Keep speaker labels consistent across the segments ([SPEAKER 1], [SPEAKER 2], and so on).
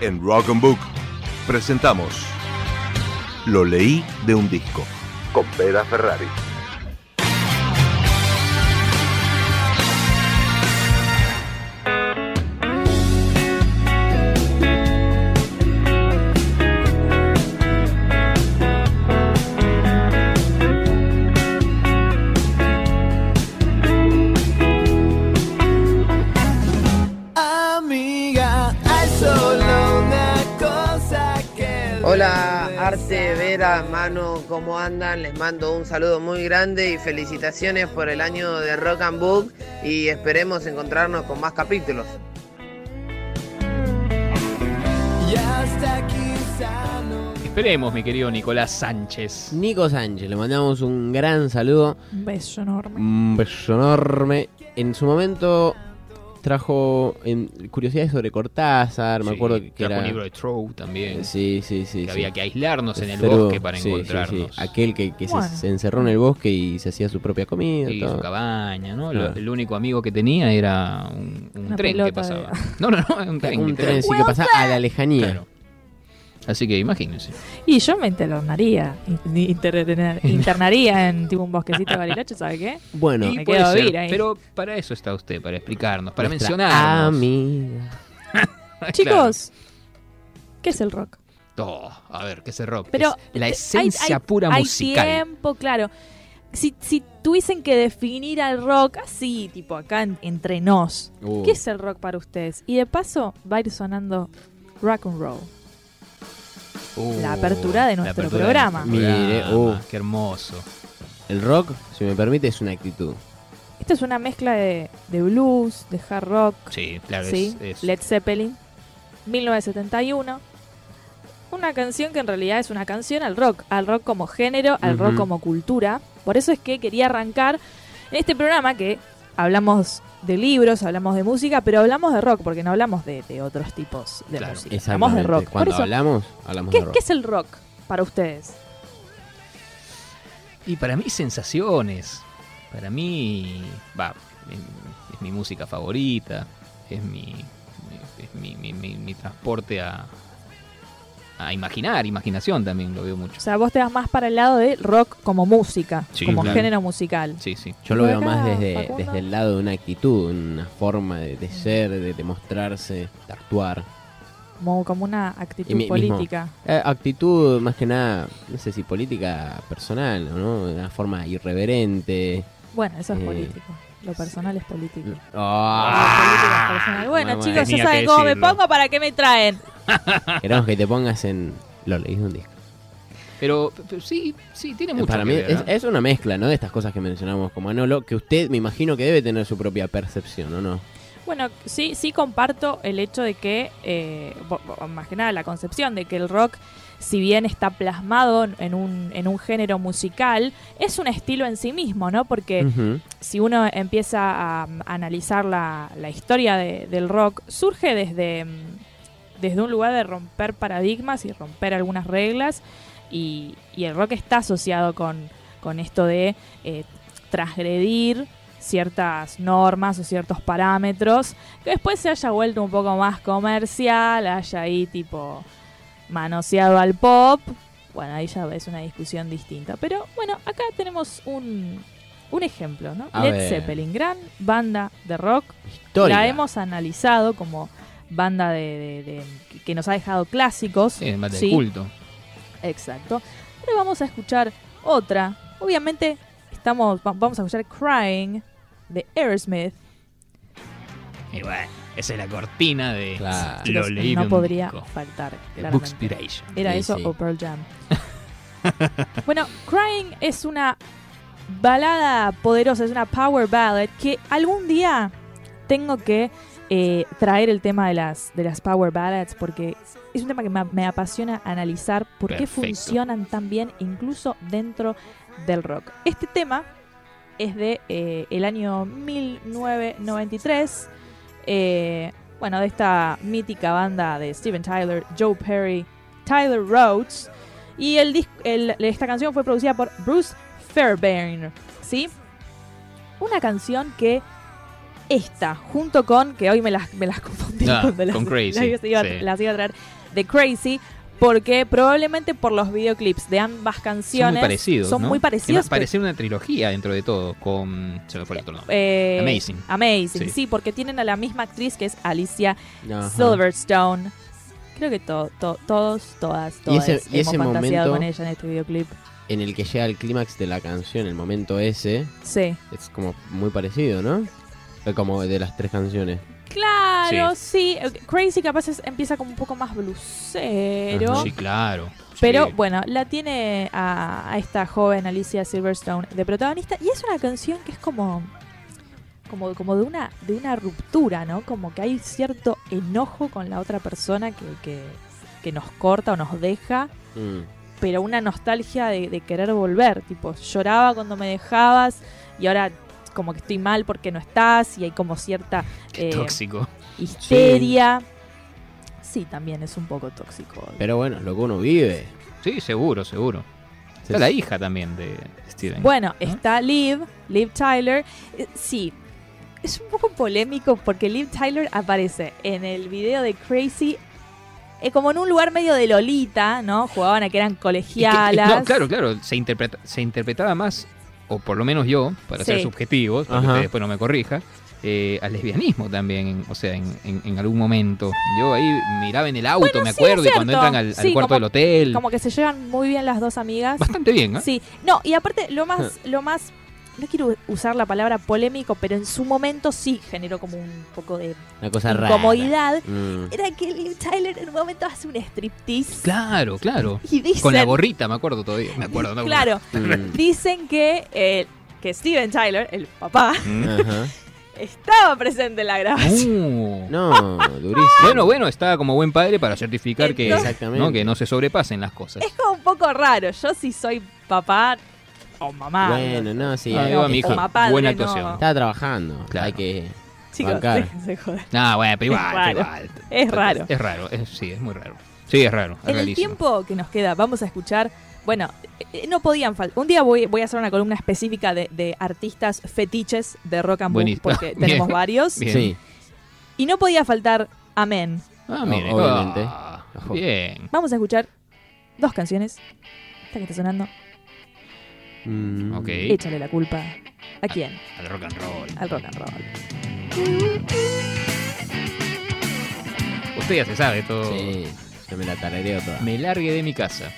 [SPEAKER 1] En Rock and Book presentamos Lo leí de un disco con Vera Ferrari.
[SPEAKER 2] Amiga, hay solo una cosa que.
[SPEAKER 3] Hola, Arte, Vera, Mano, ¿cómo andan? Les mando un saludo muy grande y felicitaciones por el año de Rock and Book y esperemos encontrarnos con más capítulos.
[SPEAKER 2] Y hasta quizá no.
[SPEAKER 4] Esperemos, mi querido Nicolás Sánchez.
[SPEAKER 5] Nico Sánchez, le mandamos un gran saludo,
[SPEAKER 6] Un beso enorme.
[SPEAKER 5] un beso enorme. En su momento trajo en- curiosidades sobre Cortázar, me
[SPEAKER 4] Sí,
[SPEAKER 5] acuerdo que
[SPEAKER 4] trajo
[SPEAKER 5] era... Eh,
[SPEAKER 4] un libro de Trow también.
[SPEAKER 5] Sí, sí,
[SPEAKER 4] que
[SPEAKER 5] sí. sí.
[SPEAKER 4] había que aislarnos en el
[SPEAKER 5] Pero-
[SPEAKER 4] bosque para
[SPEAKER 5] sí, sí, sí.
[SPEAKER 4] encontrarnos.
[SPEAKER 5] Aquel que, que se-
[SPEAKER 6] Bueno.
[SPEAKER 5] se, encerró en el bosque y se hacía su propia comida.
[SPEAKER 4] Y
[SPEAKER 5] todo.
[SPEAKER 4] su cabaña, ¿no?
[SPEAKER 5] Claro.
[SPEAKER 4] Lo- el único amigo que tenía era un, un
[SPEAKER 6] Una
[SPEAKER 4] tren que
[SPEAKER 6] pelota de-
[SPEAKER 4] pasaba. No, no, no, un tren.
[SPEAKER 5] Un
[SPEAKER 4] que
[SPEAKER 5] tren sí que pasa a la lejanía.
[SPEAKER 4] Claro. Así que imagínense.
[SPEAKER 6] Y yo me internaría, in- internar- internaría en tipo un bosquecito de Bariloche, ¿sabe qué?
[SPEAKER 5] Bueno,
[SPEAKER 4] Y
[SPEAKER 6] Me
[SPEAKER 4] puede
[SPEAKER 6] quedo a
[SPEAKER 4] ser,
[SPEAKER 6] vivir ahí.
[SPEAKER 4] pero para eso está usted, para explicarnos, para
[SPEAKER 5] nuestra
[SPEAKER 4] mencionarnos.
[SPEAKER 5] Amiga.
[SPEAKER 4] Claro.
[SPEAKER 6] Chicos, ¿qué es el rock?
[SPEAKER 4] Oh, a ver, ¿qué es el rock?
[SPEAKER 6] Pero
[SPEAKER 4] Es la
[SPEAKER 6] eh,
[SPEAKER 4] esencia
[SPEAKER 6] hay- hay-
[SPEAKER 4] pura
[SPEAKER 6] hay
[SPEAKER 4] musical.
[SPEAKER 6] tiempo, claro. Si, si tuviesen que definir al rock así, tipo acá en- entre nos,
[SPEAKER 5] Uh,
[SPEAKER 6] ¿qué es el rock para ustedes? Y de paso va a ir sonando rock and roll.
[SPEAKER 4] Oh,
[SPEAKER 6] La apertura de
[SPEAKER 4] la
[SPEAKER 6] nuestro
[SPEAKER 4] apertura de
[SPEAKER 6] programa.
[SPEAKER 4] nuestro programa.
[SPEAKER 5] Mire, oh.
[SPEAKER 4] Qué hermoso.
[SPEAKER 5] El rock, si me permite, es una actitud.
[SPEAKER 6] Esto es una mezcla de, de blues, de hard rock,
[SPEAKER 4] Sí, claro, es-
[SPEAKER 6] ¿sí?
[SPEAKER 4] es,
[SPEAKER 6] Led Zeppelin, 1971. Una canción que en realidad es una canción al rock, al rock como género, al rock
[SPEAKER 5] Ujú.
[SPEAKER 6] como cultura. Por eso es que quería arrancar en este programa que hablamos de libros, hablamos de música, pero hablamos de rock, porque no hablamos de, de otros tipos de
[SPEAKER 4] Claro,
[SPEAKER 6] música. Hablamos de
[SPEAKER 5] Exactamente.
[SPEAKER 6] rock. Por
[SPEAKER 5] Cuando
[SPEAKER 6] eso,
[SPEAKER 5] hablamos, hablamos
[SPEAKER 6] ¿qué,
[SPEAKER 5] de rock.
[SPEAKER 6] qué es el rock para ustedes?
[SPEAKER 4] Y para mí sensaciones. Para mí, va, es, es mi música favorita, es mi, es mi, mi- mi- mi transporte a, a imaginar, imaginación también lo veo mucho.
[SPEAKER 6] O sea, vos te vas más para el lado de rock como música,
[SPEAKER 4] Sí,
[SPEAKER 6] como
[SPEAKER 4] claro.
[SPEAKER 6] género musical.
[SPEAKER 4] Sí, sí.
[SPEAKER 5] Yo lo
[SPEAKER 6] Acá,
[SPEAKER 5] veo más desde,
[SPEAKER 6] Facundo.
[SPEAKER 5] desde el lado de una actitud, una forma de, de ser, de, de mostrarse, de actuar.
[SPEAKER 6] Como, como una actitud
[SPEAKER 5] Y mi- mismo.
[SPEAKER 6] política.
[SPEAKER 5] Eh, actitud, más que nada, no sé si política personal, ¿o ¿no? De Una forma irreverente.
[SPEAKER 6] Bueno, eso es
[SPEAKER 5] Eh,
[SPEAKER 6] político. Lo personal es político.
[SPEAKER 5] Ah.
[SPEAKER 6] Lo político es personal. Bueno,
[SPEAKER 5] Bueno,
[SPEAKER 6] chicos,
[SPEAKER 4] tenía
[SPEAKER 6] ya saben
[SPEAKER 4] que
[SPEAKER 6] cómo me
[SPEAKER 4] decirlo.
[SPEAKER 6] pongo, ¿para qué me traen?
[SPEAKER 5] Queremos que te pongas en... Lo leí de un disco.
[SPEAKER 4] Pero, pero sí, sí, tiene mucho
[SPEAKER 5] Para
[SPEAKER 4] que
[SPEAKER 5] mí
[SPEAKER 4] ver,
[SPEAKER 5] es,
[SPEAKER 4] ¿eh?
[SPEAKER 5] es una mezcla, ¿no? De estas cosas que mencionamos como Anolo, que usted me imagino que debe tener su propia percepción, ¿o no?
[SPEAKER 6] Bueno, sí, sí comparto el hecho de que, eh, bo- bo- más que nada la concepción de que el rock, si bien está plasmado en un, en un género musical, es un estilo en sí mismo, ¿no? Porque
[SPEAKER 4] Mm.
[SPEAKER 5] Ujú.
[SPEAKER 6] si uno empieza a, mm, analizar la, la historia de- del rock, surge desde, mm, desde un lugar de romper paradigmas y romper algunas reglas. Y, y el rock está asociado con, con esto de eh, transgredir ciertas normas o ciertos parámetros, que después se haya vuelto un poco más comercial, haya ahí tipo manoseado al pop. Bueno, ahí ya es una discusión distinta. Pero bueno, acá tenemos un, un ejemplo, ¿no?
[SPEAKER 5] A
[SPEAKER 6] Led
[SPEAKER 5] ver.
[SPEAKER 6] Zeppelin, gran banda de rock.
[SPEAKER 5] Histórica.
[SPEAKER 6] La hemos analizado como banda de, de- de- que nos ha dejado clásicos.
[SPEAKER 4] Sí, es más de
[SPEAKER 6] Sí,
[SPEAKER 4] culto.
[SPEAKER 6] Exacto. Pero vamos a escuchar otra. Obviamente estamos va- vamos a escuchar Crying de Aerosmith.
[SPEAKER 4] Y bueno, esa es la cortina de
[SPEAKER 5] Claro.
[SPEAKER 4] Ah, lo
[SPEAKER 6] Chicos,
[SPEAKER 4] leí de
[SPEAKER 6] no
[SPEAKER 4] un
[SPEAKER 6] podría
[SPEAKER 4] disco,
[SPEAKER 6] faltar.
[SPEAKER 4] de
[SPEAKER 6] claramente.
[SPEAKER 4] Bookspiration.
[SPEAKER 6] Era
[SPEAKER 5] Sí,
[SPEAKER 6] eso
[SPEAKER 5] sí.
[SPEAKER 6] o Pearl Jam. bueno, Crying es una balada poderosa, es una power ballad que algún día tengo que eh, traer el tema de las, de las power ballads porque es un tema que me, me apasiona analizar por
[SPEAKER 4] Perfecto.
[SPEAKER 6] qué funcionan tan bien incluso dentro del rock. Este tema es de eh, el año 1993. eh, bueno, de esta mítica banda de Steven Tyler, Joe Perry, Tyler Rhodes. Y el dis- el- esta canción fue producida por Bruce Fairbairn, ¿sí? Una canción que esta, junto con, que hoy me las, me las confundí
[SPEAKER 4] Ah,
[SPEAKER 6] cuando las,
[SPEAKER 4] con Crazy,
[SPEAKER 6] las iba, a-
[SPEAKER 4] sí.
[SPEAKER 6] las iba a traer, de Crazy, porque probablemente por los videoclips de ambas canciones
[SPEAKER 4] Son muy parecidos.
[SPEAKER 6] son
[SPEAKER 4] ¿no?
[SPEAKER 6] muy
[SPEAKER 4] Que me-
[SPEAKER 6] parecidos, pero-
[SPEAKER 4] Parecía una trilogía dentro de todo con. Se me fue el otro nombre.
[SPEAKER 6] eh,
[SPEAKER 4] Amazing.
[SPEAKER 6] Amazing,
[SPEAKER 4] Sí.
[SPEAKER 6] sí. porque tienen a la misma actriz que es Alicia
[SPEAKER 5] Ajá.
[SPEAKER 6] Silverstone. Creo que to- to- todos, todas,
[SPEAKER 5] Y
[SPEAKER 6] todas
[SPEAKER 5] ese- y
[SPEAKER 6] hemos
[SPEAKER 5] ese momento-
[SPEAKER 6] fantaseado con ella en este videoclip.
[SPEAKER 5] En el que llega el clímax de la canción, el momento ese,
[SPEAKER 6] Sí.
[SPEAKER 5] es como muy parecido, ¿no? Eh, Como de las tres canciones.
[SPEAKER 6] Claro, sí. Crazy capaz es- empieza como un poco más blusero.
[SPEAKER 5] Ajá.
[SPEAKER 4] Sí, claro.
[SPEAKER 6] Pero
[SPEAKER 4] Sí.
[SPEAKER 6] bueno, la tiene a, a esta joven Alicia Silverstone de protagonista y es una canción que es como como, como de una de una ruptura, ¿no? Como que hay cierto enojo con la otra persona que, que, que nos corta o nos deja,
[SPEAKER 5] Mm.
[SPEAKER 6] pero una nostalgia de, de querer volver, tipo, lloraba cuando me dejabas y ahora como que estoy mal porque no estás y hay como cierta
[SPEAKER 4] Qué
[SPEAKER 6] eh,
[SPEAKER 4] tóxico.
[SPEAKER 6] histeria. Sí, también es un poco tóxico.
[SPEAKER 5] Pero bueno, es lo que uno vive.
[SPEAKER 4] Sí, seguro, seguro. Está la hija también de Steven.
[SPEAKER 6] Bueno,
[SPEAKER 4] ¿no?
[SPEAKER 6] está Liv, Liv Tyler. Eh, Sí, es un poco polémico porque Liv Tyler aparece en el video de Crazy eh, como en un lugar medio de Lolita, ¿no? Jugaban a que eran
[SPEAKER 4] Es que- es-
[SPEAKER 6] colegialas.
[SPEAKER 4] no, claro, claro. Se, interpreta, se interpretaba más, o por lo menos yo, para ser
[SPEAKER 6] Sí.
[SPEAKER 4] subjetivos, para que
[SPEAKER 5] Ajá.
[SPEAKER 4] usted después no me corrija, eh, al lesbianismo también, en- o sea, en, en- en algún momento. Yo ahí miraba en el auto,
[SPEAKER 6] Bueno,
[SPEAKER 4] me
[SPEAKER 6] sí, es
[SPEAKER 4] acuerdo, y cuando
[SPEAKER 6] cierto.
[SPEAKER 4] entran al, al
[SPEAKER 6] Sí,
[SPEAKER 4] cuarto
[SPEAKER 6] como-
[SPEAKER 4] del hotel.
[SPEAKER 6] Como que se llevan muy bien las dos amigas.
[SPEAKER 4] Bastante bien, ¿eh?
[SPEAKER 6] Sí, no, y aparte lo más, lo más, no quiero usar la palabra polémico, pero en su momento sí generó como un poco de
[SPEAKER 5] Una cosa rara.
[SPEAKER 6] incomodidad.
[SPEAKER 5] Mm.
[SPEAKER 6] Era que Liv Tyler en un momento hace un striptease
[SPEAKER 4] Claro, claro.
[SPEAKER 6] y dice...
[SPEAKER 4] Con la gorrita, me acuerdo todavía. Me acuerdo, ¿no?
[SPEAKER 6] Claro,
[SPEAKER 5] Mm.
[SPEAKER 6] Dicen que, eh, que Steven Tyler, el papá,
[SPEAKER 5] Mm. Ajá.
[SPEAKER 6] estaba presente en la grabación.
[SPEAKER 4] No.
[SPEAKER 5] No, durísimo.
[SPEAKER 4] Bueno, bueno, estaba como buen padre para certificar que
[SPEAKER 6] Entonces-
[SPEAKER 5] Exactamente.
[SPEAKER 4] ¿no? que no se sobrepasen las cosas.
[SPEAKER 6] Es como un poco raro. Yo si soy papá o mamá.
[SPEAKER 5] Bueno, no, sí.
[SPEAKER 4] Ah,
[SPEAKER 5] hay-
[SPEAKER 4] digo a mi
[SPEAKER 6] como
[SPEAKER 4] hija,
[SPEAKER 6] a padre,
[SPEAKER 4] buena
[SPEAKER 6] no.
[SPEAKER 4] actuación.
[SPEAKER 5] Estaba trabajando.
[SPEAKER 4] Claro.
[SPEAKER 5] Hay que.
[SPEAKER 6] Chicos,
[SPEAKER 5] Bancar.
[SPEAKER 6] déjense joder.
[SPEAKER 4] Ah, bueno, pero igual,
[SPEAKER 6] Es
[SPEAKER 4] pero
[SPEAKER 6] raro.
[SPEAKER 4] igual.
[SPEAKER 6] Es raro.
[SPEAKER 4] Es raro, es- sí, es muy raro. Sí, es raro, es
[SPEAKER 6] En el
[SPEAKER 4] rarísimo.
[SPEAKER 6] tiempo que nos queda, vamos a escuchar. Bueno, eh, no podían faltar. Un día voy, voy a hacer una columna específica de, de artistas fetiches de rock and roll,
[SPEAKER 4] Buenísimo.
[SPEAKER 6] porque
[SPEAKER 4] Bien.
[SPEAKER 6] tenemos varios.
[SPEAKER 4] Bien.
[SPEAKER 5] Sí.
[SPEAKER 6] Y no podía faltar Amén.
[SPEAKER 4] Ah, mire,
[SPEAKER 5] O- obviamente.
[SPEAKER 4] ah,
[SPEAKER 5] Ojo.
[SPEAKER 4] bien.
[SPEAKER 6] Vamos a escuchar dos canciones. Esta que está sonando,
[SPEAKER 5] Mm.
[SPEAKER 4] Ok.
[SPEAKER 6] Échale la culpa. ¿A quién?
[SPEAKER 4] Al rock and roll.
[SPEAKER 6] Al rock and roll.
[SPEAKER 4] Usted ya se sabe todo.
[SPEAKER 5] Sí. Yo me la tarareo toda.
[SPEAKER 4] Me largue de mi casa.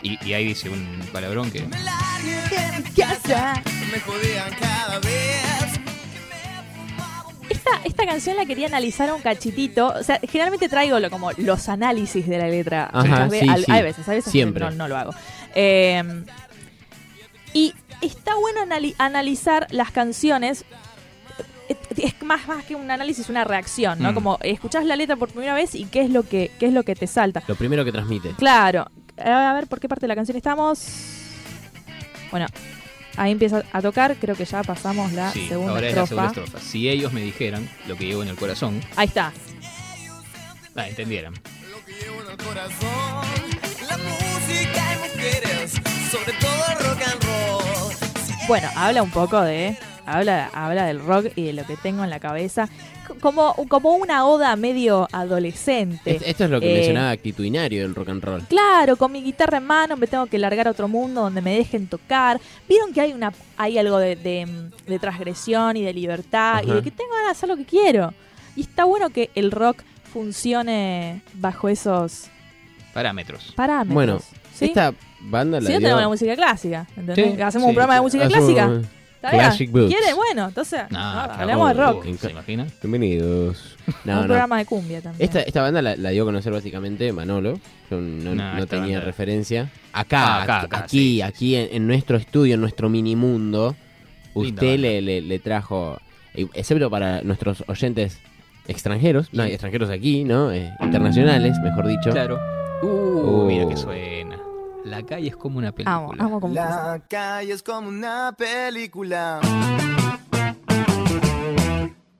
[SPEAKER 4] Y, y ahí dice un palabrón que.
[SPEAKER 2] Me largué de mi
[SPEAKER 6] Casa.
[SPEAKER 2] Me jodían cada vez.
[SPEAKER 6] Esta, esta canción la quería analizar un cachitito. O sea, generalmente traigo lo, como los análisis de la letra.
[SPEAKER 5] Ajá,
[SPEAKER 6] Muchas ve-
[SPEAKER 5] sí,
[SPEAKER 6] al-
[SPEAKER 5] sí.
[SPEAKER 6] Hay veces, a veces
[SPEAKER 5] Siempre.
[SPEAKER 6] No, no lo hago. Eh, y está bueno anali- analizar las canciones. Eh, Es más, más que un análisis, una reacción, ¿no?
[SPEAKER 4] Mm.
[SPEAKER 6] Como escuchás la letra por primera vez y qué es lo que, qué es lo que te salta.
[SPEAKER 5] Lo primero que transmite.
[SPEAKER 6] Claro. A ver por qué parte de la canción estamos. Bueno, ahí empieza a tocar. Creo que ya pasamos la
[SPEAKER 4] sí,
[SPEAKER 6] segunda
[SPEAKER 4] ahora es la
[SPEAKER 6] estrofa.
[SPEAKER 4] segunda estrofa. Si ellos me dijeran lo que llevo en el corazón,
[SPEAKER 6] ahí está.
[SPEAKER 4] ah, entendieran.
[SPEAKER 2] Lo que llevo en el corazón. La música y mujeres. Sobre todo el rock and roll.
[SPEAKER 6] Bueno, habla un poco de. Habla, habla del rock y de lo que tengo en la cabeza. C- Como, como una oda medio adolescente.
[SPEAKER 5] Es- Esto es lo que
[SPEAKER 6] Eh,
[SPEAKER 5] mencionaba actitudinario del rock and roll.
[SPEAKER 6] Claro, con mi guitarra en mano me tengo que largar a otro mundo donde me dejen tocar. Vieron que hay una hay algo de, de, mm, de transgresión y de libertad y
[SPEAKER 5] Ajá.
[SPEAKER 6] de que tengo ganas de hacer lo que quiero. Y está bueno que el rock funcione bajo esos
[SPEAKER 4] Parámetros.
[SPEAKER 6] parámetros.
[SPEAKER 5] Bueno,
[SPEAKER 6] ¿sí?
[SPEAKER 5] Esta banda la
[SPEAKER 6] si no
[SPEAKER 5] dio-
[SPEAKER 6] tenemos la música clásica, ¿entendés?
[SPEAKER 4] Sí,
[SPEAKER 6] Hacemos
[SPEAKER 4] sí.
[SPEAKER 6] un programa de música
[SPEAKER 5] Hacemos-
[SPEAKER 6] clásica. ¿Está bien?
[SPEAKER 5] Classic Blues.
[SPEAKER 6] ¿Quieren? Bueno, entonces
[SPEAKER 4] Nah,
[SPEAKER 6] no,
[SPEAKER 4] qué
[SPEAKER 6] Ah, hablamos de
[SPEAKER 4] aburrido,
[SPEAKER 6] rock.
[SPEAKER 4] ¿Se imagina?
[SPEAKER 5] Bienvenidos. No,
[SPEAKER 6] un
[SPEAKER 5] no.
[SPEAKER 6] programa de cumbia también.
[SPEAKER 5] Esta, esta banda la, la dio a conocer básicamente Manolo. Yo no,
[SPEAKER 4] Nah,
[SPEAKER 5] no
[SPEAKER 4] esta
[SPEAKER 5] tenía
[SPEAKER 4] banda-
[SPEAKER 5] referencia. Acá,
[SPEAKER 4] Ah, acá,
[SPEAKER 5] aquí,
[SPEAKER 4] acá,
[SPEAKER 5] aquí,
[SPEAKER 4] sí,
[SPEAKER 5] aquí en, en nuestro estudio, en nuestro mini mundo,
[SPEAKER 4] Linda
[SPEAKER 5] usted
[SPEAKER 4] banda.
[SPEAKER 5] le, le- le trajo, eh, excepto para nuestros oyentes extranjeros, no, extranjeros aquí, ¿no? Eh, internacionales, mejor dicho.
[SPEAKER 4] Claro. Uh,
[SPEAKER 5] Uh.
[SPEAKER 4] mira que suena. La calle es como una película.
[SPEAKER 6] Amo, amo como
[SPEAKER 2] La calle es como una película.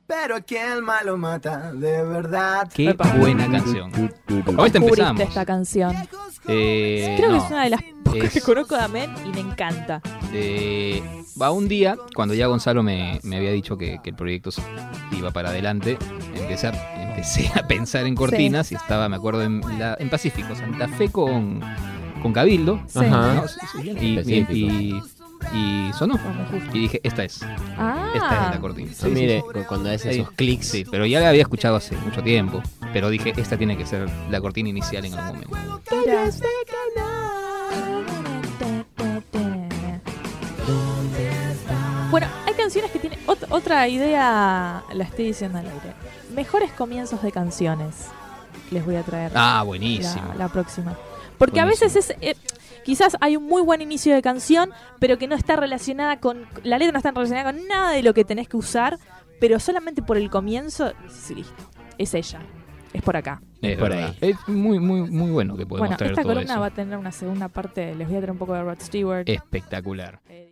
[SPEAKER 2] Pero aquí el malo mata, de verdad.
[SPEAKER 4] Qué buena canción. Con esta
[SPEAKER 6] descubriste
[SPEAKER 4] empezamos.
[SPEAKER 6] esta canción.
[SPEAKER 4] Eh,
[SPEAKER 6] Creo que
[SPEAKER 4] no,
[SPEAKER 6] es una de las pocas
[SPEAKER 4] es-
[SPEAKER 6] que conozco de Amén y me encanta.
[SPEAKER 4] eh, Va un día, cuando ya Gonzalo me, me había dicho que, que el proyecto se- iba para adelante, empecé a, empecé a pensar en cortinas y estaba, me acuerdo, en, la- en Pacífico, Santa Fe con, con Cabildo.
[SPEAKER 6] Sí.
[SPEAKER 5] Ajá.
[SPEAKER 4] ¿no? Y, y- y- y sonó. Y dije, esta es, esta
[SPEAKER 6] Ah,
[SPEAKER 4] es la cortina.
[SPEAKER 5] Sí, mire, cu- cuando hace
[SPEAKER 4] Sí.
[SPEAKER 5] esos clics.
[SPEAKER 4] Sí, pero ya la había escuchado hace mucho tiempo. Pero dije, esta tiene que ser la cortina inicial en algún momento.
[SPEAKER 6] mira. Bueno, hay canciones que tienen ot- otra idea, la estoy diciendo al aire. Mejores comienzos de canciones. Les voy a traer
[SPEAKER 4] Ah,
[SPEAKER 6] la,
[SPEAKER 4] buenísimo.
[SPEAKER 6] la próxima. Porque a
[SPEAKER 4] Buenísimo.
[SPEAKER 6] veces es, eh, quizás hay un muy buen inicio de canción, pero que no está relacionada con, la letra no está relacionada con nada de lo que tenés que usar, pero solamente por el comienzo, decís, listo, es ella, es por acá.
[SPEAKER 4] Es
[SPEAKER 5] Por
[SPEAKER 4] verdad.
[SPEAKER 5] ahí.
[SPEAKER 4] Es muy, muy, muy bueno que podemos
[SPEAKER 6] bueno,
[SPEAKER 4] traer
[SPEAKER 6] esta
[SPEAKER 4] todo
[SPEAKER 6] columna
[SPEAKER 4] eso. Eh,
[SPEAKER 6] va a tener una segunda parte, les voy a traer un poco de Rod Stewart.
[SPEAKER 4] Espectacular.
[SPEAKER 6] Eh,